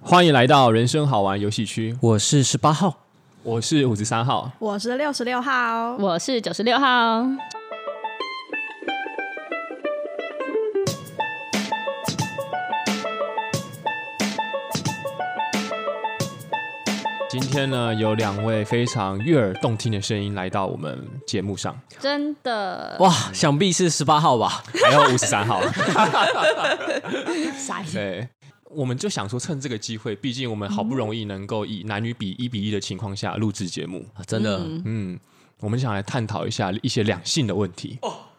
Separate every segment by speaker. Speaker 1: 欢迎来到人生好玩游戏区，
Speaker 2: 我是十八号，
Speaker 1: 我是五十三号。
Speaker 3: 我是六十六号，
Speaker 4: 我是九十六号，
Speaker 1: 今天呢，有两位非常悦耳动听的声音来到我们节目上，
Speaker 4: 真的
Speaker 2: 哇，想必是十八号吧？
Speaker 1: 还有五十三号。
Speaker 4: 傻眼。
Speaker 1: 对，我们就想说趁这个机会，毕竟我们好不容易能够以男女比一比一的情况下录制节目，
Speaker 2: 啊真的，
Speaker 1: 嗯，我们想来探讨一下一些两性的问题。
Speaker 4: 好，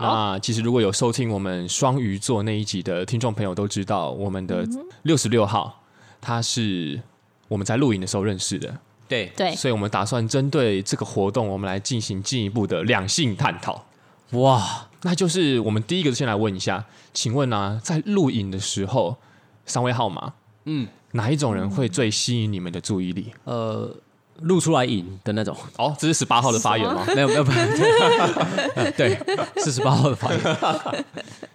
Speaker 1: 那其实如果有收听我们双鱼座那一集的听众朋友都知道，我们的六十六号他是我们在录影的时候认识的，
Speaker 2: 对，
Speaker 4: 对，
Speaker 1: 所以我们打算针对这个活动，我们来进行进一步的两性探讨。
Speaker 2: 哇，
Speaker 1: 那就是我们第一个先来问一下，请问啊，在录影的时候，三位号码，
Speaker 2: 嗯，
Speaker 1: 哪一种人会最吸引你们的注意力？
Speaker 2: 呃，录出来赢的 那种，
Speaker 1: 哦，这是十八号的发言吗？
Speaker 2: 没有没有，不 对，是十八号的发言。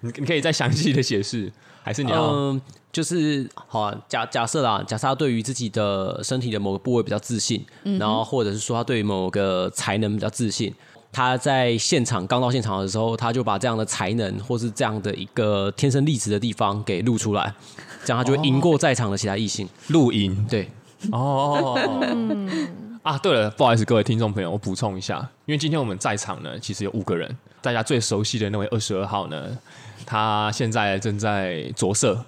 Speaker 1: 你你可以再详细的解释，还是你要？
Speaker 2: 嗯，就是好、啊、假假设啦，假设他对于自己的身体的某个部位比较自信，然后或者是说他对于某个才能比较自信，他在现场刚到现场的时候，他就把这样的才能或是这样的一个天生丽质的地方给露出来，这样他就会赢过在场的其他异性。
Speaker 1: 录影
Speaker 2: 对，
Speaker 1: 哦。
Speaker 4: 嗯
Speaker 1: 啊，对了，不好意思，各位听众朋友，我补充一下，因为今天我们在场呢，其实有五个人，大家最熟悉的那位二十二号呢，他现在正在着色，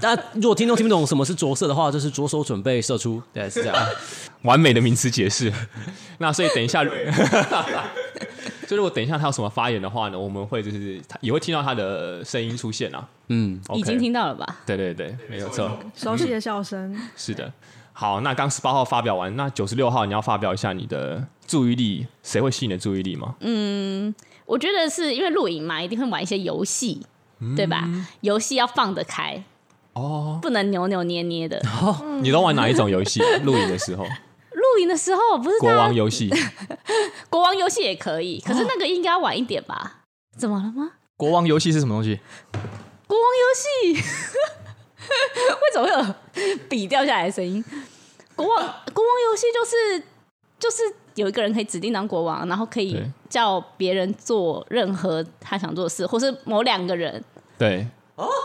Speaker 2: 那如果听众听不懂什么是着色的话，就是着手准备射出，对，是这样。
Speaker 1: 完美的名词解释。 那所以等一下， 就如果等一下他有什么发言的话呢，我们会就是他也会听到他的声音出现啊。
Speaker 2: 嗯，
Speaker 1: OK
Speaker 4: 已经听到了吧？
Speaker 1: 对对对，没有错，
Speaker 3: 熟悉的笑声。
Speaker 1: 是的。好，那刚十八号发表完，那九十六号你要发表一下你的注意力，谁会吸引你的注意力吗？
Speaker 4: 我觉得是因为露营嘛，一定会玩一些游戏，对吧？游戏要放得开，
Speaker 1: 嗯哦，
Speaker 4: 不能扭扭捏 捏的。
Speaker 1: 你都玩哪一种游戏？露营的时 候，
Speaker 4: 露营的时候不是
Speaker 1: 国
Speaker 4: 大
Speaker 1: 王
Speaker 4: 家
Speaker 1: 游戏，
Speaker 4: 国王游戏也可以，可是那个应该要晚一点吧？
Speaker 1: 哦
Speaker 4: 怎么了吗？
Speaker 5: 国王游戏是什么东西？
Speaker 4: 国王游戏 为什么会有笔掉下来的声音？国王国王游戏就是就是有一个人可以指定当国王，然后可以
Speaker 1: 对
Speaker 4: 叫别人做任何他想做的事，或是某两个人，
Speaker 1: 对，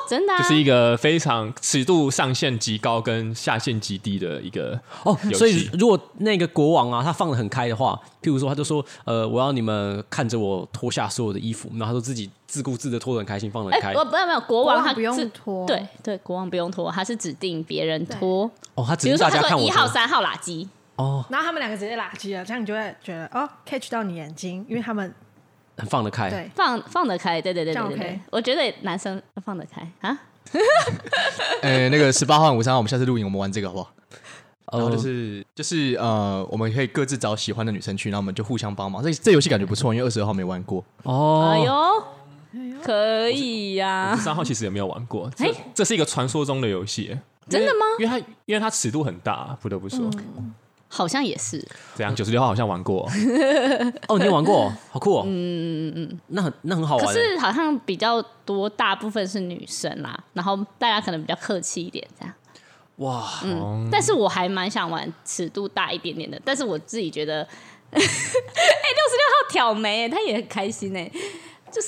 Speaker 4: 真的、啊、
Speaker 1: 就是一个非常尺度上限极高跟下限极低的一个
Speaker 2: 哦
Speaker 1: 游，戏
Speaker 2: 所以如果那个国王啊，他放的很开的话，譬如说他就说，呃，我要你们看着我脱下所有的衣服，然后他就自己自顾自的脱得很开心，放得
Speaker 4: 哎、
Speaker 2: 很开。
Speaker 4: 我不没有没有
Speaker 3: 国
Speaker 4: 国王
Speaker 3: 王
Speaker 4: 他
Speaker 3: 不用
Speaker 4: 是
Speaker 3: 脱
Speaker 4: 对对，国王不用脱，他是指定别人脱，
Speaker 2: 哦，他只
Speaker 4: 比
Speaker 2: 是
Speaker 4: 如
Speaker 2: 大
Speaker 4: 说
Speaker 2: 家
Speaker 4: 他
Speaker 2: 看
Speaker 4: 说
Speaker 2: 我
Speaker 4: 一
Speaker 2: 脱
Speaker 4: 号三号垃圾，
Speaker 2: 哦，
Speaker 3: 然后他们两个直接拉机了，这样你就会觉得哦，catch 到你眼睛，因为他们
Speaker 2: 很放得
Speaker 1: 哎
Speaker 2: 开。
Speaker 3: 对
Speaker 4: 放放得开，对对对
Speaker 3: 这
Speaker 4: 对
Speaker 3: 样
Speaker 4: 对
Speaker 3: OK
Speaker 4: 对，我觉得男生放得开啊，
Speaker 5: 呃，那个十八号、五三号，我们下次录影我们玩这个好不好？
Speaker 2: 哦，
Speaker 5: 然后就是就是呃，我们可以各自找喜欢的女生去，然后我们就互相帮忙。这这游戏感觉不错，因为二十二号没玩过。
Speaker 2: 哦，
Speaker 4: 哎呦，可以呀、
Speaker 1: 三号其实也没有玩过，
Speaker 4: 啊哎
Speaker 1: 这这是一个传说中的游戏，
Speaker 4: 真的吗？嗯
Speaker 1: 因为它因为它尺度很大，不得不说。
Speaker 4: 好像也是，
Speaker 1: 怎样？九十六号好像玩 过哦，
Speaker 2: 哦，你有玩过哦，好酷哦。嗯嗯嗯，那很那很好玩
Speaker 4: 可
Speaker 2: 欸。
Speaker 4: 是好像比较多，大部分是女生啦，然后大家可能比较客气一点这样。
Speaker 2: 哇，
Speaker 4: 嗯，但是我还蛮想玩尺度大一点点的，但是我自己觉得，哎、 六十六号挑眉，他也很开心哎，就是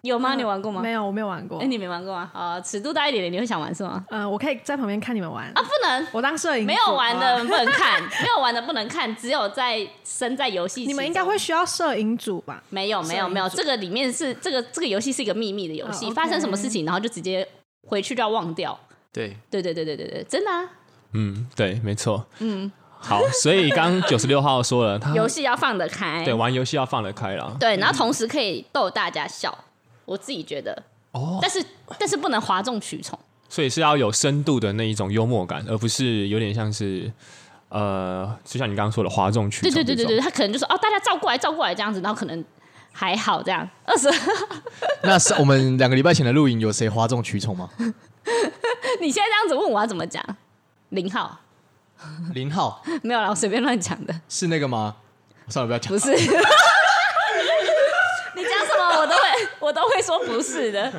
Speaker 4: 有吗？你玩过吗？
Speaker 3: 没有，我没有玩过。
Speaker 4: 哎、你没玩过吗？啊，尺度大一点点，你会想玩什么？啊，
Speaker 3: 呃，我可以在旁边看你们玩，
Speaker 4: 不能。
Speaker 3: 我当摄影组。
Speaker 4: 啊没有玩
Speaker 3: 好
Speaker 4: 的
Speaker 3: 吧，
Speaker 4: 不能看，没有玩的不能看，只有在身在游戏其中。
Speaker 3: 你们应该会需要摄影组吧？
Speaker 4: 没有没有没有，这个里面是这个这个游戏是一个秘密的游戏，
Speaker 3: 哦，OK
Speaker 4: 发生什么事情，然后就直接回去就要忘掉。
Speaker 2: 对，
Speaker 4: 对对对对对对，真的、啊，
Speaker 1: 嗯，对，没错，嗯，好，所以刚九十六号说了，他
Speaker 4: 游戏要放得开，
Speaker 1: 对玩游戏要放得开啦。
Speaker 4: 对然后同时可以逗大家笑，我自己觉得，
Speaker 1: 哦
Speaker 4: 但是但是不能哗众取宠，
Speaker 1: 所以是要有深度的那一种幽默感，而不是有点像是呃，就像你刚刚说的哗众取
Speaker 4: 对
Speaker 1: 宠这
Speaker 4: 对
Speaker 1: 种。
Speaker 4: 对对对，他可能就说哦，大家照过来照过来这样子，然后可能还好这样， 二十，
Speaker 5: 那是我们两个礼拜前的录影，有谁哗众取宠吗？
Speaker 4: 你现在这样子问我要怎么讲？零号
Speaker 5: 零号
Speaker 4: 没有啦，我随便乱讲的，
Speaker 5: 是 那个吗？算了，不要讲
Speaker 4: 不。是。你讲什么我都会，我都会说不是的。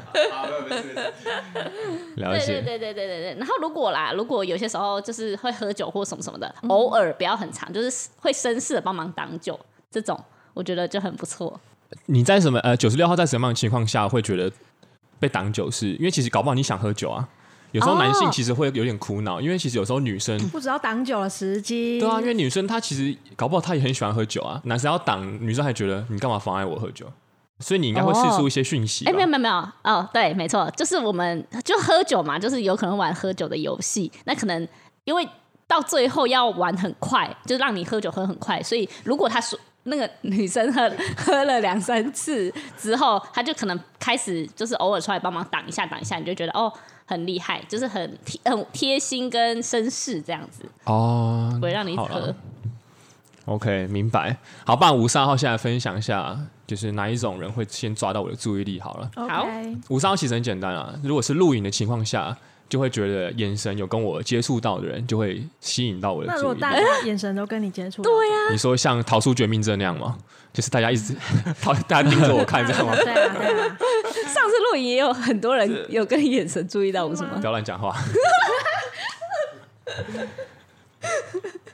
Speaker 1: 了
Speaker 4: 对
Speaker 1: 解
Speaker 4: 对对对对对对。然后如果啦，如果有些时候就是会喝酒或什么什么的，偶尔不要很长，就是会绅士的帮忙挡酒这种，我觉得就很不错。
Speaker 1: 你在什么呃九十六号在什么样的情况下会觉得被挡酒是？因为其实搞不好你想喝酒啊，有时候
Speaker 4: 哦嗯
Speaker 1: 男性其实会有点苦恼，因为其实有时候女生。
Speaker 3: 不知道挡酒的时机。
Speaker 1: 对啊，因为女生她其实搞不好她也很喜欢喝酒啊，男生要挡，女生还觉得你干嘛妨碍我喝酒，所以你应该会试出一些讯息吧。
Speaker 4: 哎、没有没有没有，哦，对，没错，就是我们就喝酒嘛，就是有可能玩喝酒的游戏。那可能因为到最后要玩很快，就让你喝酒喝很快，所以如果他说那个女生喝喝了两三次之后，他就可能开始就是偶尔出来帮忙挡一下挡一下，你就觉得哦很厉害，就是很贴很贴心跟绅士这样子，
Speaker 1: 哦
Speaker 4: 不，会让你一直
Speaker 1: 好啦
Speaker 4: 喝。
Speaker 1: OK，明白。好，不然五三号现在分享一下，就是哪一种人会先抓到我的注意力好了。
Speaker 4: 好
Speaker 3: OK，
Speaker 1: 五三号其实很简单啊，如果是录影的情况下，就会觉得眼神有跟我接触到的人，就会吸引到我的
Speaker 3: 那如
Speaker 1: 注
Speaker 3: 果
Speaker 1: 意
Speaker 3: 大
Speaker 1: 力。
Speaker 3: 家眼神都跟你接触，
Speaker 4: 对啊呀、
Speaker 1: 你说像逃出绝命镇那样吗？就是大家一直 逃，大家盯着我 看，这样吗？
Speaker 3: 对啊，对啊，
Speaker 4: 上次录影也有很多人有跟你眼神注意到我，是吗
Speaker 1: 不？要乱讲话。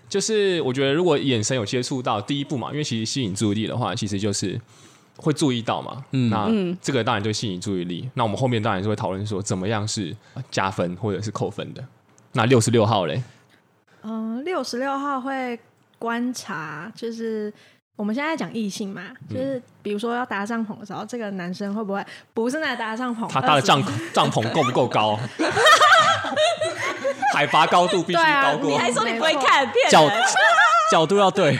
Speaker 1: 就是我觉得，如果眼神有接触到第一步嘛，因为其实吸引注意力的话，其实就是会注意到嘛。那
Speaker 3: 嗯
Speaker 1: 这个当然就吸引注意力。那我们后面当然是会讨论说，怎么样是加分或者是扣分的。那六十六号嘞，
Speaker 3: 嗯，六十六号会观察，就是我们现在讲异性嘛，就是比如说要搭帐篷的时候，这个男生会不会不是在搭帐篷？
Speaker 1: 他搭的
Speaker 3: 20
Speaker 1: 帐帐篷够不够 高？海拔高度必须
Speaker 3: 对啊
Speaker 1: 高过，
Speaker 3: 你
Speaker 4: 还说你不会看骗
Speaker 2: 角
Speaker 4: 人。
Speaker 2: 角度要对，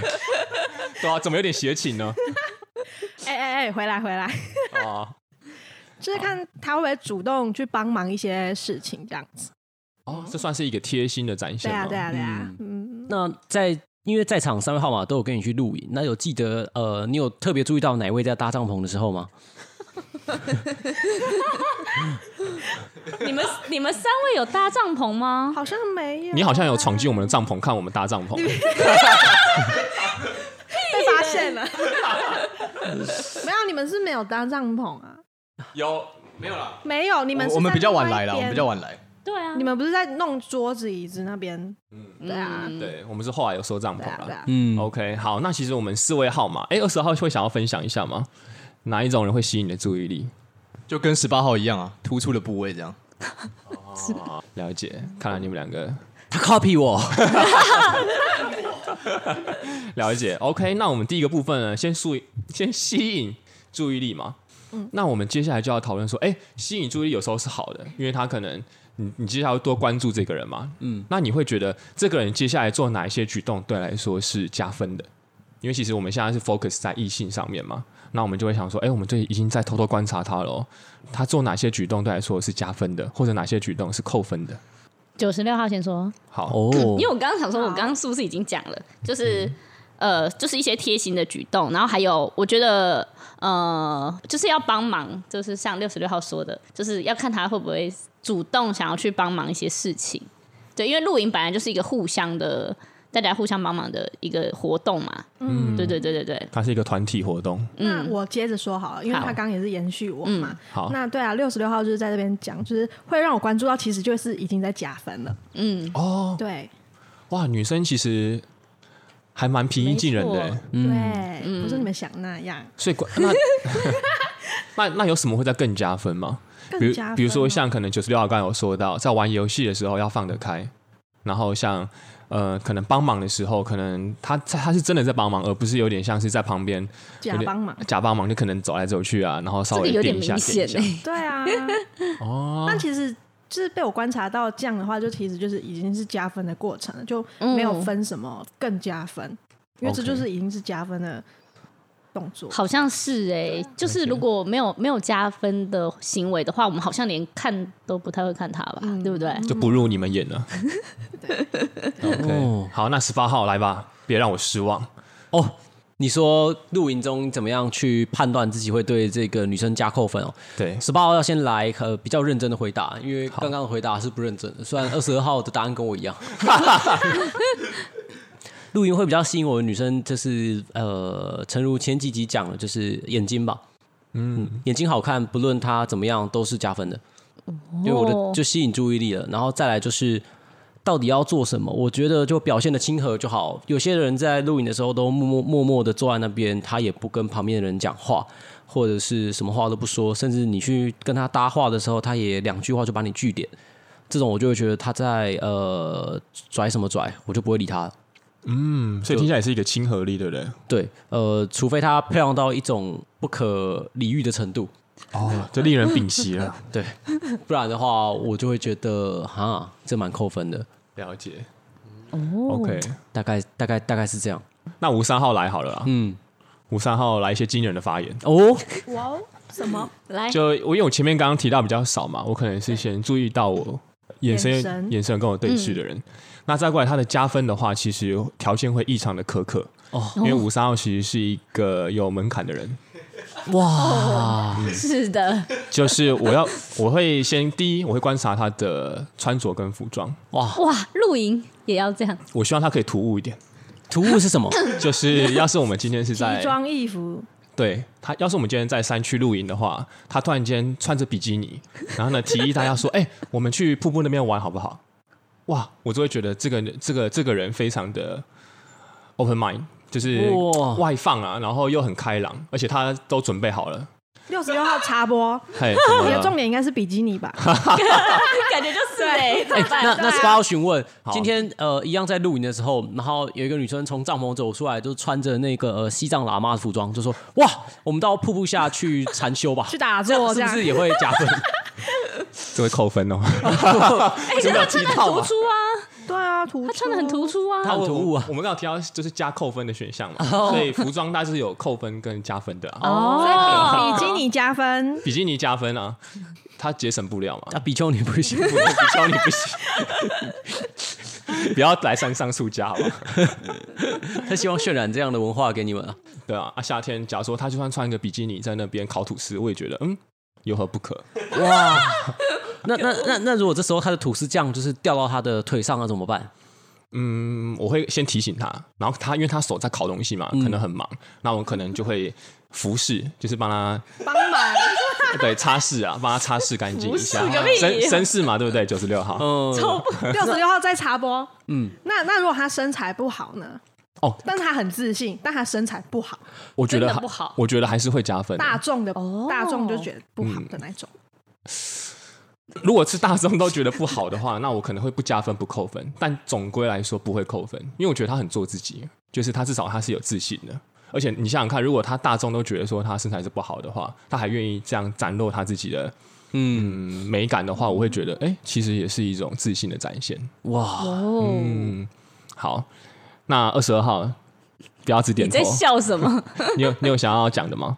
Speaker 1: 对啊，怎么有点邪情呢？
Speaker 3: 哎哎哎，回来回来，
Speaker 1: 啊，
Speaker 3: 就是看他会不会主动去帮忙一些事情，这样子。
Speaker 1: 哦，这算是一个贴心的展现
Speaker 3: 对啊
Speaker 1: 吗？
Speaker 3: 对啊对啊，嗯，
Speaker 2: 那在因为在场三位号码都有跟你去露营，那有记得呃，你有特别注意到哪位在搭帐篷的时候吗？
Speaker 4: 你们你们三位有搭帐篷吗？
Speaker 3: 好像没有，啊
Speaker 1: 你好像有闯进我们的帐篷，看我们搭帐篷。
Speaker 3: 被发现了，没有，你们是没有搭帐篷啊？
Speaker 1: 有没有啦？
Speaker 3: 没有，你们是
Speaker 5: 我们
Speaker 3: 在
Speaker 5: 比较晚
Speaker 3: 另外
Speaker 5: 来
Speaker 3: 一
Speaker 5: 了，我们
Speaker 3: 边
Speaker 5: 比较晚来。
Speaker 4: 对啊，
Speaker 3: 你们不是在弄桌子椅子那边？嗯，对啊，
Speaker 1: 对，我们是后来有收帐篷
Speaker 3: 对啊，对
Speaker 1: 了。
Speaker 3: 啊。
Speaker 2: 嗯，
Speaker 1: OK，好，那其实我们四位号码，哎，二十号会想要分享一下吗？哪一种人会吸引你的注意力？
Speaker 5: 就跟十八号一样啊，突出的部位这样。
Speaker 1: 了解，看来你们两个
Speaker 2: 他 copy 我，
Speaker 1: 了解。OK，那我们第一个部分呢，先注意，先吸引注意力嘛。
Speaker 4: 嗯
Speaker 1: 那我们接下来就要讨论说，哎、吸引注意力有时候是好的，因为他可能你你接下来要多关注这个人嘛，嗯，那你会觉得这个人接下来做哪一些举动对来说是加分的？因为其实我们现在是 focus 在异性上面嘛，那我们就会想说，哎、我们就已经在偷偷观察他了哦，他做哪些举动对来说是加分的，或者哪些举动是扣分的？
Speaker 4: 九十六号先说，
Speaker 1: 好，
Speaker 2: 哦，
Speaker 4: 因为我刚刚想说，我刚刚是不是已经讲了？就是呃，就是一些贴心的举动，然后还有我觉得呃，就是要帮忙，就是像六十六号说的，就是要看他会不会主动想要去帮忙一些事情。对，因为露营本来就是一个互相的，大家互相帮忙的一个活动嘛。嗯，对对对对对，
Speaker 1: 它是一个团体活动，
Speaker 3: 那我接着说好了，因为他刚刚也是延续我嘛。
Speaker 1: 好
Speaker 3: 那对啊，六十六号就是在这边讲，就是会让我关注到，其实就是已经在加分了。
Speaker 4: 嗯，
Speaker 1: 哦，
Speaker 3: 对，
Speaker 1: 哇，女生其实还蛮平易近人的、欸
Speaker 4: 没错
Speaker 3: 对，不是你们想那样。
Speaker 1: 所以关那 那那有什么会再更加分吗？比
Speaker 3: 更
Speaker 1: 如
Speaker 3: 加分
Speaker 1: 比如
Speaker 4: 哦
Speaker 1: 说像可能九十六号刚才有说到，在玩游戏的时候要放得开，然后像呃可能帮忙的时候，可能他他他是真的在帮忙，而不是有点像是在旁边
Speaker 3: 假帮忙，
Speaker 1: 假帮忙，就可能走来走去啊，然后稍
Speaker 4: 这个
Speaker 1: 微
Speaker 4: 有
Speaker 1: 点
Speaker 4: 点
Speaker 1: 一下
Speaker 4: 明
Speaker 1: 点
Speaker 4: 显
Speaker 1: 一下。
Speaker 4: 欸
Speaker 3: 对啊。
Speaker 1: 哦，
Speaker 3: 但其实就是被我观察到这样的话，就其实就是已经是加分的过程了，就没有分什么更加分，因为这
Speaker 1: OK
Speaker 3: 就是已经是加分的动作。
Speaker 4: 好像是哎、就是如果没有没有加分的行为的话，我们好像连看都不太会看他吧，对不对？
Speaker 1: 就不入你们眼 了。OK，好，那十八号来吧，别让我失望。
Speaker 2: 哦，你说露营中怎么样去判断自己会对这个女生加扣分哦？
Speaker 1: 对，
Speaker 2: 十八号要先来呃比较认真的回答，因为刚刚的回答是不认真的。虽然二十二号的答案跟我一样，露营会比较吸引我的女生，就是呃，诚如前几集讲了，就是眼睛吧。
Speaker 1: 嗯，
Speaker 2: 眼睛好看，不论它怎么样都是加分的，因为我
Speaker 4: 哦
Speaker 2: 就就吸引注意力了。然后再来就是到底要做什么，我觉得就表现的亲和就好。有些人在录影的时候都默默默默的坐在那边，他也不跟旁边的人讲话，或者是什么话都不说，甚至你去跟他搭话的时候，他也两句话就把你据点。这种我就会觉得他在呃拽什么拽，我就不会理他了。
Speaker 1: 嗯所以听起来也是一个亲和力，对不对？
Speaker 2: 对，呃，除非他漂亮到一种不可理喻的程度，
Speaker 1: 哦，这令人屏息了。
Speaker 2: 对， 不然的话我就会觉得哈，这蛮扣分的。
Speaker 1: 了解。哦，OK，
Speaker 2: 大概大概大概是这样。
Speaker 1: 那吴三号来好了啦。啊
Speaker 2: 嗯，
Speaker 1: 吴三号来一些惊人的发言。
Speaker 2: 哦，
Speaker 3: 哇哦，什么
Speaker 4: 来，
Speaker 1: 就我因为我前面刚刚提到比较少嘛，我可能是先注意到我眼神
Speaker 3: 眼神嗯
Speaker 1: 眼神跟我对视的人。那再过来他的加分的话，其实条件会异常的苛刻
Speaker 2: 哦
Speaker 1: 因为吴三号其实是一个有门槛的人，
Speaker 3: 哦
Speaker 2: 哇，
Speaker 4: 是的，
Speaker 1: 就是我要 我会先第一我会观察他的穿着跟服装，
Speaker 4: 哇，露营也要这样，
Speaker 1: 我希望他可以突兀一点，
Speaker 2: 突兀是 什么？
Speaker 1: 就是要是我们今天是
Speaker 3: 奇
Speaker 1: 在
Speaker 3: 装异服？
Speaker 1: 对他，要是我们今天在山区露营的话，他突然间穿着比基尼， 然后呢提议大家说：“哎、我们去瀑布那边玩好不好？”哇，我就会觉得这个人这个这个人非常的 open mind，就是
Speaker 2: 哇
Speaker 1: 外放啊，然后又很开朗，而且他都准备好了。
Speaker 3: 六十六号插播，
Speaker 1: 嘿，怎么
Speaker 3: 你
Speaker 1: 了
Speaker 3: 的重点应该是比基尼 吧？
Speaker 4: 感觉就是
Speaker 2: 哎、
Speaker 4: 哎，
Speaker 3: 啊
Speaker 2: 那那十八号询问，
Speaker 1: 好
Speaker 2: 今天呃一样在露营的时候，然后有一个女生从帐篷走出来，就穿着那个、呃、西藏喇嘛的服装，就说：“哇，我们到瀑布下去禅修吧，
Speaker 3: 去打
Speaker 2: 这样
Speaker 3: 坐
Speaker 2: 是
Speaker 3: 这
Speaker 2: 不
Speaker 3: 样
Speaker 2: 是也会加 分？
Speaker 1: 这会扣分哦。
Speaker 4: 哎，可是他穿的很突出啊，
Speaker 3: 对啊，图
Speaker 4: 他穿的很突出啊，
Speaker 2: 他很突兀啊
Speaker 1: 我们刚刚有提到就是加扣分的选项嘛，所以服装它是有扣分跟加分的啊。
Speaker 4: 哦
Speaker 3: 比基尼加分，
Speaker 1: 比基尼加分啊，他节省不了嘛。
Speaker 2: 啊，比丘尼不行，
Speaker 1: 不能不教你不行， 不要来山上树家好吧？
Speaker 2: 他希望渲染这样的文化给你们啊。
Speaker 1: 对啊，啊夏天假如说他就算穿一个比基尼在那边烤吐司，我也觉得嗯有何不可？
Speaker 2: 那那那那，如果这时候他的吐司酱就是掉到他的腿上了怎么办？
Speaker 1: 嗯，我会先提醒他，然后他因为他手在烤东西嘛，
Speaker 4: 嗯
Speaker 1: 可能很忙，那我可能就会服侍，就是帮他
Speaker 3: 帮忙
Speaker 1: 对擦拭啊，帮他擦拭干净一下
Speaker 4: 服侍个屁，啊
Speaker 1: 绅绅士嘛，对不对？九十六号，
Speaker 2: 嗯，
Speaker 3: 六十六号再插播。嗯，那那如果他身材不好呢？
Speaker 1: 哦，嗯
Speaker 3: 但是他很自信，但他身材不好，
Speaker 1: 我觉得
Speaker 4: 真的不好
Speaker 1: 我觉得还是会加分的。
Speaker 3: 大众的
Speaker 4: 哦
Speaker 3: 大众就觉得不好的那种。
Speaker 1: 如果是大众都觉得不好的话，那我可能会不加分不扣分，但总归来说不会扣分，因为我觉得他很做自己，就是他至少他是有自信的。而且你想想看，如果他大众都觉得说他身材是不好的话，他还愿意这样展露他自己的嗯美感的话，我会觉得哎、诶其实也是一种自信的展现。
Speaker 2: 哇，
Speaker 4: 哦，
Speaker 1: 嗯，好，那二十二号不要只点
Speaker 4: 你
Speaker 1: 头
Speaker 4: 在，笑什么？
Speaker 1: 你有你有想要讲的吗？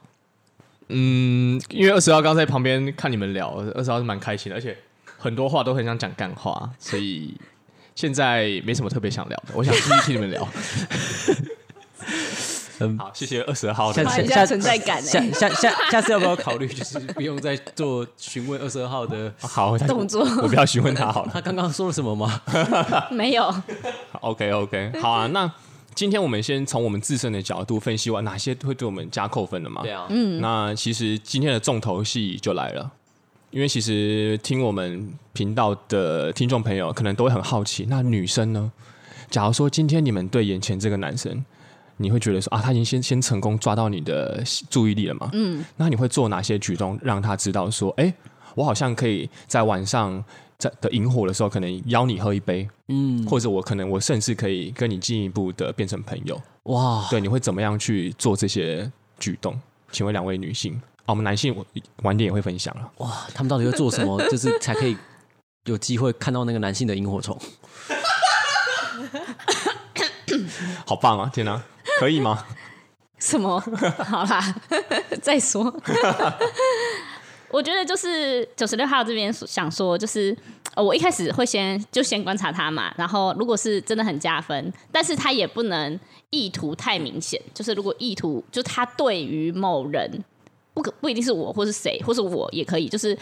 Speaker 5: 嗯，因为二十号刚在旁边看你们聊，二十号是蛮开心的，而且很多话都很想讲干话，所以现在没什么特别想聊的。我想继续听你们 聊。
Speaker 1: 好，谢谢二十二号的
Speaker 2: 下
Speaker 4: 把
Speaker 2: 次
Speaker 4: 人家
Speaker 2: 下
Speaker 4: 存在感
Speaker 2: 下
Speaker 4: 哎
Speaker 2: 下下下次要不要考虑，就是不用再做询问二十二号的
Speaker 1: 好
Speaker 4: 动作
Speaker 1: 我不要询问他好了。
Speaker 2: 他刚刚说了什么吗？
Speaker 4: 没有，
Speaker 1: OK OK，好啊，那今天我们先从我们自身的角度分析完哪些会对我们加扣分的嘛？
Speaker 2: 啊，
Speaker 1: 嗯，那其实今天的重头戏就来了。因为其实听我们频道的听众朋友可能都会很好奇，那女生呢？假如说今天你们对眼前这个男生，你会觉得说啊，他已经先先成功抓到你的注意力了嘛？嗯，那你会做哪些举动让他知道说，哎、我好像可以在晚上在的萤火的时候，可能邀你喝一杯，嗯，或者我可能我甚至可以跟你进一步的变成朋友。
Speaker 2: 哇，
Speaker 1: 对，你会怎么样去做这些举动？请问两位女性啊，我们男性我晚点也会分享啊了。
Speaker 2: 哇，他们到底会做什么，就是才可以有机会看到那个男性的萤火虫？
Speaker 4: 嗯
Speaker 1: 好棒啊！天哪、可以吗？
Speaker 4: 什么？好啦， 再说。我觉得就是九十六号这边所想说，就是呃我一开始会先就先观察他嘛，然后如果是真的很加分，但是他也不能意图太明显，就是如果意图就他对于某人，不可不一定是我或是谁，或是我也可以，就是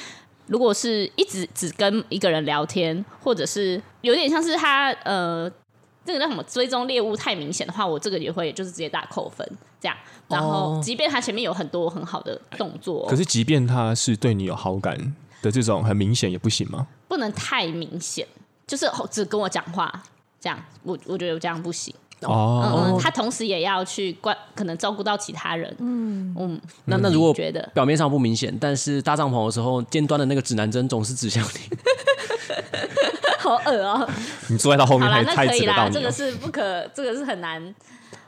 Speaker 4: 如果是一直只跟一个人聊天，或者是有点像是他呃这个叫什么追踪猎物太明显的话，我这个也会就是直接打扣分这样。然后，即便他前面有很多很好的动 作，
Speaker 1: 哦可是即便他是对你有好感的这种，很明显也不行吗？
Speaker 4: 不能太明显，就是只跟我讲话这样，我我觉得这样不行。
Speaker 1: 哦，
Speaker 4: 嗯，他同时也要去关，可能照顾到其他人。嗯嗯，
Speaker 2: 那那如果
Speaker 4: 觉得
Speaker 2: 表面上不明显，但是搭帐篷的时候，尖端的那个指南针总是指向你。
Speaker 4: 好恶哦、
Speaker 1: 你坐在他后
Speaker 4: 好
Speaker 1: 面
Speaker 4: 啦，
Speaker 1: 还
Speaker 4: 那
Speaker 1: 太
Speaker 4: 可以
Speaker 1: 指得到
Speaker 4: 啦，
Speaker 1: 你哦
Speaker 4: 这
Speaker 1: 了
Speaker 4: 个。是不可，这个是很难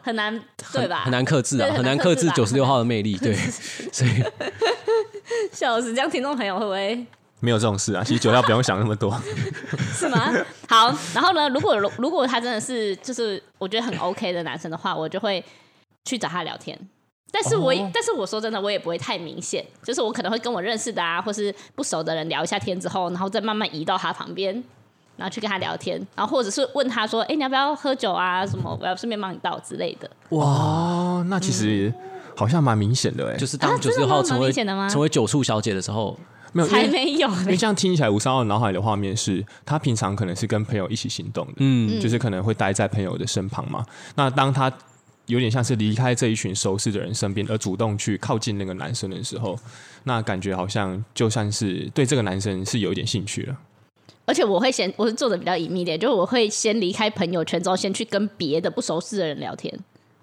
Speaker 4: 很难对吧？
Speaker 2: 很难克制
Speaker 4: 对
Speaker 2: 啊，
Speaker 4: 很
Speaker 2: 很
Speaker 4: 难
Speaker 2: 难
Speaker 4: 克
Speaker 2: 克
Speaker 4: 制
Speaker 2: 制
Speaker 4: 吧
Speaker 2: 九十六号的魅力。对，所以
Speaker 4: 笑死，这样听众朋友会不会
Speaker 1: 没有这种事啊，其实酒量不用想那么多。
Speaker 4: 是吗？好，然后呢，如果如果他真的是就是我觉得很 OK 的男生的话，我就会去找他聊天。但是我、
Speaker 1: 哦
Speaker 4: 但是我说真的，我也不会太明显，就是我可能会跟我认识的啊，或是不熟的人聊一下天之后，然后再慢慢移到他旁边，然后去跟他聊天，然后或者是问他说：“哎、你要不要喝酒啊？什么？我要顺便帮你倒之类的。
Speaker 1: 哦，那其实
Speaker 4: 嗯
Speaker 1: 好像蛮明显的哎，
Speaker 2: 就是是
Speaker 4: 啊
Speaker 2: 当
Speaker 4: 真
Speaker 2: 九
Speaker 4: 的
Speaker 2: 十六号
Speaker 4: 吗
Speaker 2: 成
Speaker 4: 蛮
Speaker 2: 为
Speaker 4: 明显的吗
Speaker 2: 成为九处小姐的时候，
Speaker 1: 没”有，因
Speaker 4: 才
Speaker 1: 为
Speaker 4: 没有
Speaker 1: 因
Speaker 4: 嘞
Speaker 1: 为这样听起来，吴三奥脑海里的画面是他平常可能是跟朋友一起行动的，嗯，就是可能会待在朋友的身旁嘛。那当他有点像是离开这一群熟识的人身边，而主动去靠近那个男生的时候，那感觉好像就算是对这个男生是有一点兴趣了。
Speaker 4: 而且我会先，我是做的比较隐秘的，就是我会先离开朋友圈之后，先去跟别的不熟识的人聊天，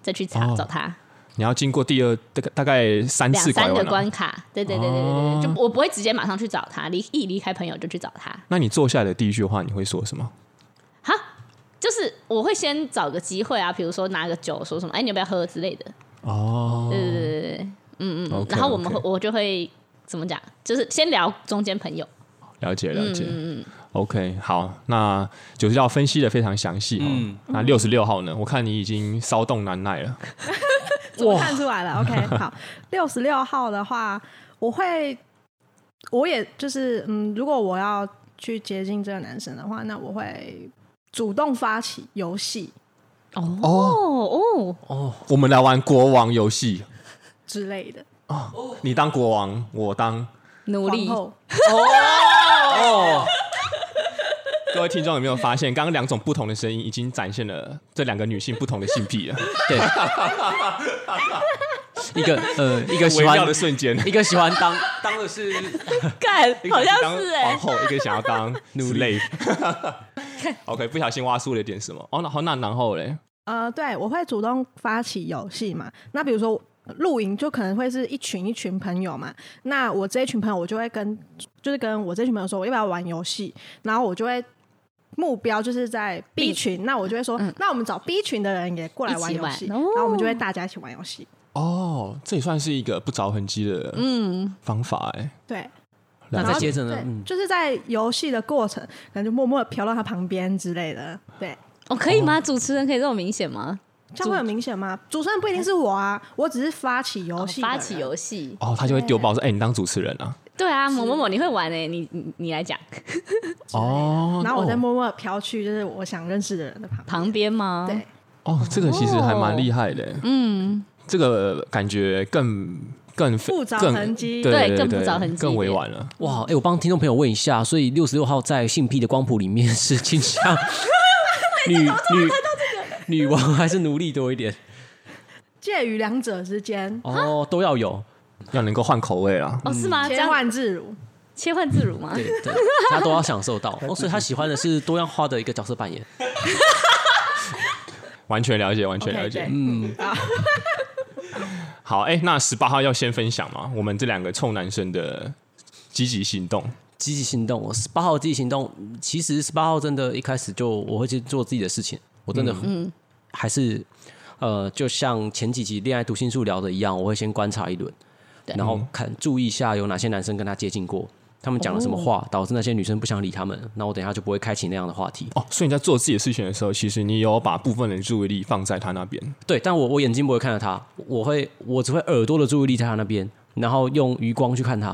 Speaker 4: 再去查、
Speaker 1: 哦
Speaker 4: 找他。
Speaker 1: 你要经过第二大概大概三
Speaker 4: 两
Speaker 1: 次拐
Speaker 4: 三个
Speaker 1: 弯、哦啊，
Speaker 4: 关卡，对对对对对对，就我不会直接马上去找他，离一离开朋友就去找他，
Speaker 1: 那你坐下来的第一句话你会说什么？
Speaker 4: 哈，就是我会先找个机会啊，比如说拿个酒说什么，哎，你要不要喝之类的，
Speaker 1: 哦，
Speaker 4: 对对对对对，嗯嗯嗯
Speaker 1: OK，
Speaker 4: 然后我们
Speaker 1: OK
Speaker 4: 会我就会怎么讲，就是先聊中间朋友，
Speaker 1: 了
Speaker 4: 嗯
Speaker 1: 解了解。OK，好，那九十六分析的非常详细哦。那六十六号呢？我看你已经骚动难耐了。
Speaker 3: 怎么看出来了？OK，好， 六十六号的话，我会，我也就是，嗯，如果我要去接近这个男生的话，那我会主动发起游戏
Speaker 4: 哦哦
Speaker 1: 我们来玩国王游戏，
Speaker 3: 之类的，
Speaker 1: 你当国王，我当。
Speaker 4: 努力
Speaker 3: 皇，后
Speaker 1: 各位听众有没有发现，刚刚两种不同的声音已经展现了这两个女性不同的性癖 了？
Speaker 2: 对，一个呃，一个喜
Speaker 1: 微
Speaker 2: 欢
Speaker 1: 妙的瞬间，
Speaker 2: 一个喜欢当当的是
Speaker 4: 干
Speaker 1: 一个
Speaker 4: 好
Speaker 1: 想
Speaker 4: 像
Speaker 1: 当
Speaker 4: 是
Speaker 1: 皇
Speaker 4: 哎，
Speaker 1: 后，一个想要当奴隶。OK，不小心挖出了点什么。哦，那好，那然后嘞，
Speaker 3: 呃，对，我会主动发起游戏嘛。那比如说露营，就可能会是一群一群朋友嘛。那我这一群朋友，我就会跟，就是跟我这群朋友说，我要不要玩游戏？然后我就会目标就是在 B 群，那我就会说，那我们找 B 群的人也过来玩游
Speaker 4: 嗯一
Speaker 3: 戏，
Speaker 4: 起玩
Speaker 3: 然
Speaker 4: 哦
Speaker 3: 后我们就会大家一起玩游戏。
Speaker 1: 哦，这也算是一个不着痕迹的
Speaker 4: 嗯，
Speaker 1: 方法啊哎、
Speaker 3: 对，
Speaker 2: 那
Speaker 3: 然
Speaker 2: 再
Speaker 3: 后
Speaker 2: 接着呢
Speaker 3: 对，
Speaker 2: 嗯，
Speaker 3: 就是在游戏的过程，可能就默默的飘到他旁边之类的。对，
Speaker 4: 哦可以吗？主持人可以这么明显吗？
Speaker 3: 这样会很明显吗？主持人不一定是我啊，我只是发起游戏、啊
Speaker 4: 哦发起。游戏，
Speaker 1: 哦，他就会丢包说：“哎、你当主持人啊
Speaker 4: 对啊，某某某你会玩哎，你你你来讲，？”
Speaker 1: 哦，
Speaker 3: 然后我再默默地飘去，就是我想认识的人的旁边。
Speaker 4: 旁边吗？
Speaker 3: 对，
Speaker 1: 哦，这个其实还蛮厉害的。嗯，
Speaker 4: 哦
Speaker 1: 这个感觉更更
Speaker 3: 不着
Speaker 1: 更
Speaker 3: 痕迹
Speaker 1: 对
Speaker 4: 对
Speaker 1: 对
Speaker 4: 更
Speaker 1: 对
Speaker 4: 不着痕迹一
Speaker 1: 更委
Speaker 4: 点
Speaker 1: 婉了。
Speaker 2: 哇，哎、我帮听众朋友问一下，所以六十六号在性癖的光谱里面是倾 向女女女王还是奴隶多一点？
Speaker 3: 介于两者之间，
Speaker 2: 哦，都要有，
Speaker 1: 要能够换口味啊。
Speaker 4: 哦是吗？这
Speaker 3: 嗯切
Speaker 4: 样
Speaker 3: 换自如。
Speaker 4: 切换自如吗？
Speaker 2: 对对，他都要享受到。哦，所以他喜欢的是多样化的一个角色扮演。
Speaker 1: 完全了解，完全了
Speaker 3: OK，
Speaker 1: 解。
Speaker 3: 对，嗯
Speaker 1: 好，哎、那十八号要先分享吗？我们这两个臭男生的积极行动。
Speaker 2: 积极行动，十八号积极行动，嗯其实十八号真的一开始就我会去做自己的事情，我真的还是呃，就像前几集恋爱读心术聊的一样，我会先观察一轮，
Speaker 4: 对
Speaker 2: 然后看注意一下有哪些男生跟他接近过，他们讲了什么话，导致那些女生不想理他们，那我等一下就不会开启那样的话题。
Speaker 1: 哦，所以你在做自己的事情的时候，其实你有把部分的注意力放在他那边。
Speaker 2: 对，但我我眼睛不会看着他，我会我只会耳朵的注意力在他那边，然后用余光去看他，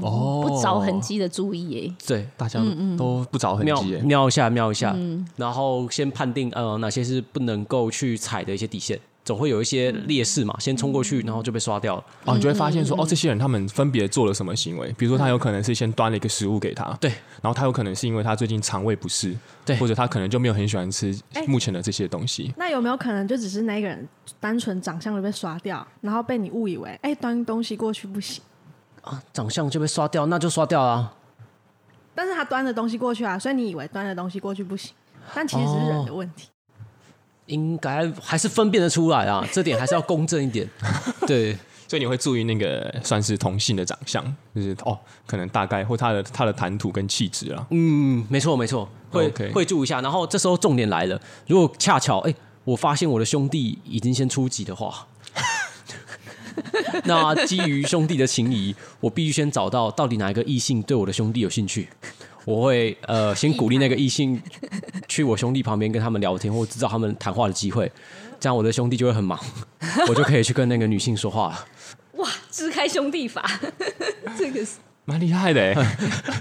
Speaker 1: 哦，
Speaker 4: 不着痕，迹嗯的注意哎耶，
Speaker 2: 对，
Speaker 1: 大家都不着痕
Speaker 2: 瞄
Speaker 1: 迹、哎
Speaker 2: 瞄一下，瞄一下，然后先判定呃哪些是不能够去踩的一些底线。总会有一些劣势嘛，先冲过去，然后就被刷掉了。
Speaker 1: 哦，你就会发现说，哦，这些人他们分别做了什么行为？比如说，他有可能是先端了一个食物给他，
Speaker 2: 对，
Speaker 1: 然后他有可能是因为他最近肠胃不适，
Speaker 2: 对
Speaker 1: 或者他可能就没有很喜欢吃
Speaker 3: 哎
Speaker 1: 目前的这些东西。
Speaker 3: 那有没有可能就只是那一个人单纯长相就被刷掉，然后被你误以为哎、端东西过去不行，
Speaker 2: 长相就被刷掉，那就刷掉啊啦。
Speaker 3: 但是他端的东西过去啊，所以你以为端的东西过去不行，但其实只是人的问题。
Speaker 2: 应该还是分辨得出来啊，这点还是要公正一点。对，
Speaker 1: 所以你会注意那个算是同性的长相，就是哦，可能大概或他的他的谈吐跟气质啊。
Speaker 2: 嗯，没错没错，会
Speaker 1: OK
Speaker 2: 会注意一下。然后这时候重点来了，如果恰巧哎、我发现我的兄弟已经先出击的话， 那基于兄弟的情谊，我必须先找到到底哪一个异性对我的兄弟有兴趣。我会呃先鼓励那个异性去我兄弟旁边跟他们聊天，或制造他们谈话的机会，这样我的兄弟就会很忙，我就可以去跟那个女性说话了。
Speaker 4: 哇，支开兄弟法，这个是
Speaker 1: 蛮厉害的欸，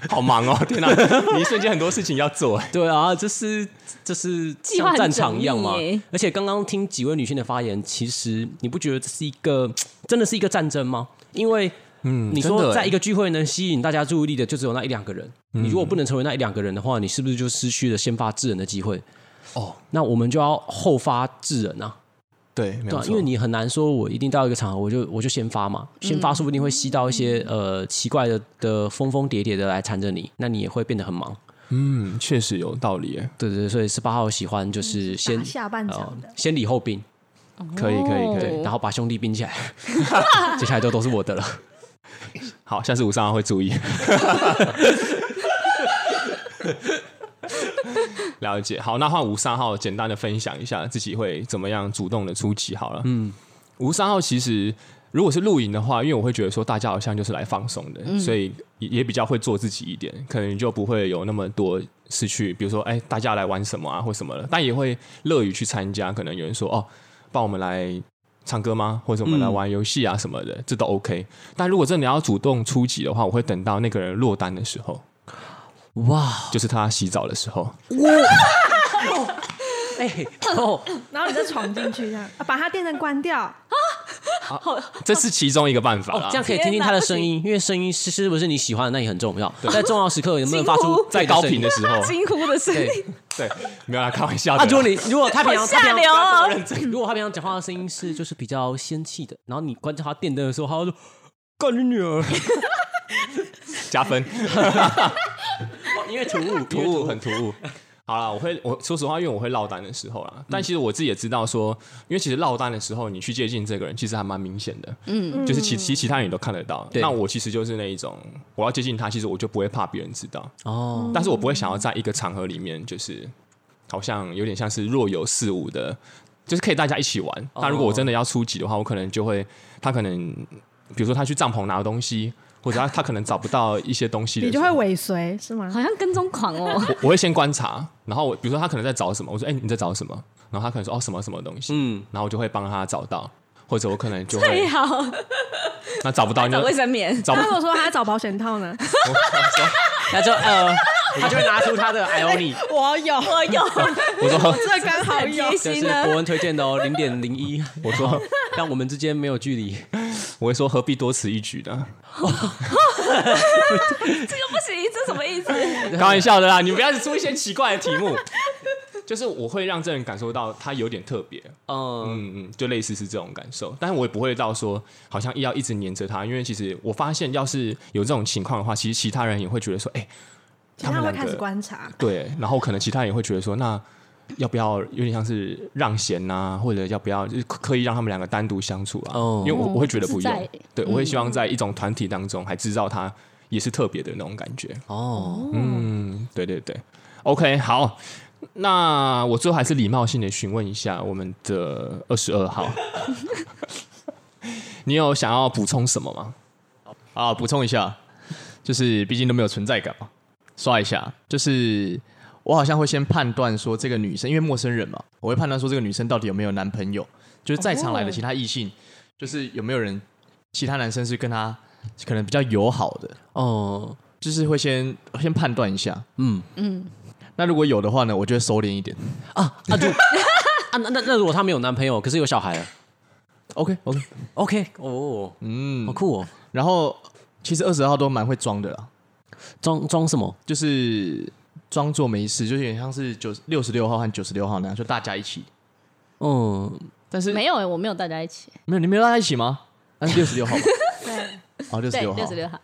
Speaker 1: 好忙哦！天哪，你一瞬间很多事情要做欸。
Speaker 2: 对啊，这是这是
Speaker 4: 计
Speaker 2: 像
Speaker 4: 划很
Speaker 2: 战场一样嘛
Speaker 4: 缜密耶。
Speaker 2: 而且刚刚听几位女性的发言，其实你不觉得这是一个真的是一个战争吗？因为嗯，你
Speaker 1: 真的
Speaker 2: 说
Speaker 1: 耶嗯
Speaker 2: 在一个聚会能吸引大家注意力的就只有那一两个人，你如果不能成为那一两个人的话，你是不是就失去了先发制人的机会？
Speaker 1: 哦，
Speaker 2: 那我们就要后发制人啊，
Speaker 1: 对，没
Speaker 2: 对
Speaker 1: 有
Speaker 2: 啊，
Speaker 1: 错，
Speaker 2: 因为你很难说我一定到一个场合我就我就先发嘛，
Speaker 4: 嗯
Speaker 2: 先发说不定会吸到一些呃奇怪的的疯疯叠叠的来缠着你，那你也会变得很忙。
Speaker 1: 嗯，确实有道理欸，
Speaker 2: 对对对，所以十八号喜欢就是先
Speaker 3: 打嗯下半场
Speaker 2: 呃
Speaker 3: 的，
Speaker 2: 先礼后兵，哦
Speaker 1: 可以可以可以。
Speaker 2: 对，然后把兄弟兵 起来，接下来就都是我的了。
Speaker 1: 好，下次五三二会注意。了解，好，那换吴三号简单的分享一下自己会怎么样主动的出击好了。嗯，吴三号其实如果是露营的话，因为我会觉得说大家好像就是来放松的，所以也也比较会做自己一点，可能就不会有那么多失去，比如说哎、大家来玩什么啊或什么的，但也会乐于去参加。可能有人说哦，帮我们来唱歌吗？或者我们来玩游戏啊什么的，这都 OK。但如果真的要主动出击的话，我会等到那个人落单的时候，
Speaker 2: 哇，
Speaker 1: 就是他洗澡的时候。
Speaker 2: 哎、 哦，
Speaker 3: 然后你再闯进去，这样、啊、把它电灯关掉，
Speaker 1: 这是其中一个办法啦。
Speaker 2: 哦，这样可以听听他的声音，因为声音是是不是你喜欢的，那也很重要。
Speaker 3: 嗯
Speaker 2: 在重要时刻能不能发
Speaker 4: 惊
Speaker 2: 出
Speaker 4: 呼
Speaker 1: 在高频的
Speaker 2: 的？
Speaker 1: 时候，
Speaker 4: 惊呼的声音，
Speaker 2: 对
Speaker 1: 对，没有啦，开玩笑的
Speaker 2: 啊，
Speaker 1: 啦。
Speaker 2: 如果你如果他平常他
Speaker 4: 下
Speaker 2: 平
Speaker 4: 流
Speaker 2: 常
Speaker 4: 哦，
Speaker 2: 如果他平常讲话的声音是就是比较仙气的，然后你关照他电灯的时候，他会说干你女儿，
Speaker 1: 加分，
Speaker 2: 因为突兀
Speaker 1: 突兀很突兀。好啦，我会我说实话，因为我会落单的时候啦，但其实我自己也知道说，因为其实落单的时候，你去接近这个人，其实还蛮明显的，嗯，就是其其其他人也都看得到。
Speaker 2: 对
Speaker 1: 那我其实就是那一种，我要接近他，其实我就不会怕别人知道，
Speaker 2: 哦，
Speaker 1: 但是我不会想要在一个场合里面，就是好像有点像是若有似无的，就是可以大家一起玩。但如果我真的要出击的话，我可能就会，他可能比如说他去帐篷拿东西，或者他他可能找不到一些东西的
Speaker 3: 你
Speaker 1: 时
Speaker 3: 就
Speaker 1: 候，
Speaker 3: 会尾随是吗？
Speaker 4: 好像跟踪狂哦。
Speaker 1: 我我会先观察，然后我比如说他可能在找什么，我说哎、你在找什么，然后他可能说哦什么什么东西，嗯，然后我就会帮他找到，或者我可能就
Speaker 4: 最
Speaker 1: 会
Speaker 4: 好
Speaker 1: 那 找不到你
Speaker 4: 找
Speaker 1: 就
Speaker 4: 卫生 棉，
Speaker 1: 找不
Speaker 3: 那如果说他找保险套呢？
Speaker 2: 那就呃，他就会拿出他 的 i o n
Speaker 3: 我有，
Speaker 4: 我有，
Speaker 1: 我说
Speaker 3: 这刚好
Speaker 4: 哦很
Speaker 3: 有
Speaker 4: 贴。
Speaker 2: 这
Speaker 4: 心
Speaker 2: 是
Speaker 4: 啊呢
Speaker 3: 啊
Speaker 2: 博。文推荐的 哦，零点零一，
Speaker 1: 我说
Speaker 2: 让我们之间没有距离。
Speaker 1: 我会说何必多此一举呢？
Speaker 4: 这个不行，这什么意思？
Speaker 1: 开玩笑的啦，你不要出一些奇怪的题目。 就是我会让这人感受到他有点特别，
Speaker 2: 嗯，
Speaker 1: 嗯嗯，就类似是这种感受，但是我也不会到说好像要一直黏着他，因为其实我发现，要是有这种情况的话，其实其他人也会觉得说，哎、
Speaker 3: 其他
Speaker 1: 们
Speaker 3: 会
Speaker 1: 两
Speaker 3: 开始
Speaker 1: 个
Speaker 3: 观察，
Speaker 1: 对，然后可能其他人也会觉得说，那要不要有点像是让贤呐、或者要不要就是刻刻意让他们两个单独相处啊？
Speaker 2: 哦
Speaker 1: 因为我我会觉得
Speaker 4: 嗯
Speaker 1: 不
Speaker 4: 自在
Speaker 1: 用，对我会希望在一种团体当中还制造他也是特别的那种感觉。
Speaker 2: 哦，
Speaker 1: 嗯，对对对，OK，好。那我最后还是礼貌性的询问一下我们的二十二号， 你有想要补充什么吗？
Speaker 5: 啊，补充一下，就是毕竟都没有存在感嘛，刷一下，就是我好像会先判断说这个女生，因为陌生人嘛，我会判断说这个女生到底有没有男朋友，就是在场来的其他异性，就是有没有人其他男生是跟她可能比较友好的，
Speaker 2: 哦，
Speaker 5: 就是会先先判断一下。
Speaker 2: 嗯
Speaker 5: 那如果有的话呢，我就会收敛一点。
Speaker 2: 啊，那就啊，啊，那那那如果她没有男朋友，可是有小孩了
Speaker 5: OK OK，
Speaker 2: ，OK，哦，
Speaker 5: 嗯
Speaker 2: 好，酷哦，
Speaker 5: 然后其实二十号都蛮会装的啦，
Speaker 2: 装装什么？
Speaker 5: 就是装作没事，就有点像是九六十六号和九十六号那样，就大家一起。
Speaker 2: 嗯，
Speaker 5: 但是
Speaker 4: 没有、欸，我没有大家一起。
Speaker 5: 没有，你没有大家一起吗？那是六十六号吧？
Speaker 3: 对，
Speaker 5: 哦，六十
Speaker 4: 对，
Speaker 5: 六号，
Speaker 4: 六十六号。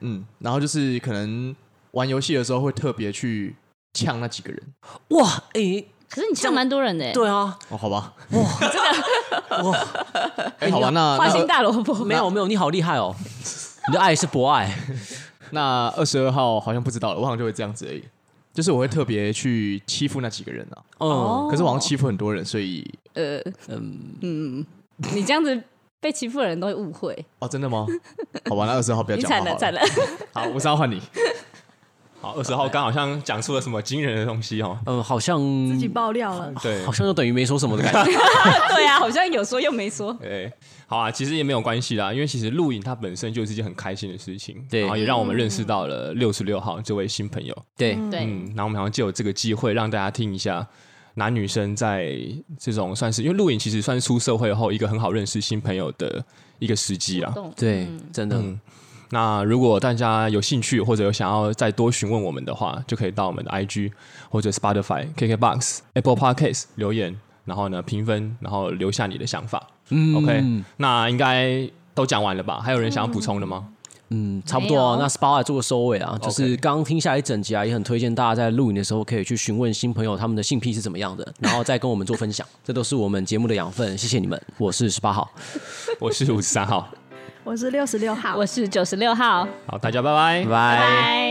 Speaker 5: 嗯，然后就是可能玩游戏的时候会特别去呛那几个人。
Speaker 2: 哇，诶，
Speaker 4: 可是你呛蛮多人的、欸，
Speaker 2: 对啊，
Speaker 5: 哦，好吧，
Speaker 2: 哇，
Speaker 5: 哎、好吧，那
Speaker 4: 花
Speaker 5: 那
Speaker 4: 心大萝卜
Speaker 2: 没有没有，你好厉害哦， 你的爱是博爱，
Speaker 5: 那二十二号好像不知道了，我好像就会这样子而已。就是我会特别去欺负那几个人啊，
Speaker 2: 嗯，
Speaker 4: 哦
Speaker 5: 可是我好像欺负很多人，所以
Speaker 4: 呃嗯 你这样子被欺负的人都会误会，
Speaker 5: 哦，真的吗？好吧，那二十号不 要
Speaker 4: 你
Speaker 5: 讲
Speaker 4: 惨
Speaker 5: 话
Speaker 4: 了
Speaker 5: 好
Speaker 4: 惨了。
Speaker 5: 好，五十号换你。
Speaker 1: 好，二十号刚好像讲出了什么惊人的东西哦。
Speaker 2: 嗯，好像
Speaker 3: 自己爆料了，
Speaker 1: 对
Speaker 2: 好，像就等于没说什么的感觉，
Speaker 4: 对啊，好像有说又没说。
Speaker 1: 哎，好啊，其实也没有关系啦，因为其实录影它本身就是一件很开心的事情，
Speaker 2: 对
Speaker 1: 然后也让我们认识到了六十六号这位新朋友，
Speaker 2: 对，
Speaker 4: 对，
Speaker 1: 嗯，然后我们好像借有这个机会让大家听一下。男女生在这种算是，因为录影其实算是出社会后一个很好认识新朋友的一个时机啦。
Speaker 4: 懂
Speaker 2: 对，真的，
Speaker 1: 嗯那如果大家有兴趣或者有想要再多询问我们的话，就可以到我们的 IG 或者 Spotify、KKBox、Apple Podcast 留言，然后呢评分，然后留下你的想法。
Speaker 2: 嗯
Speaker 1: OK，那应该都讲完了吧？还有人想要补充的吗？
Speaker 2: 嗯，差不多啊。
Speaker 4: 没有
Speaker 2: 那 SPA 做个收尾啊，就是刚刚听下一整集啊，也很推荐大家在录影的时候可以去询问新朋友他们的性癖是怎么样的，然后再跟我们做分享，这都是我们节目的养分。谢谢你们，我是十八号，
Speaker 1: 我是五十三号，
Speaker 3: 我是六十六号，
Speaker 4: 我是九十六号，
Speaker 1: 好，大家拜拜
Speaker 2: 拜。
Speaker 4: 拜。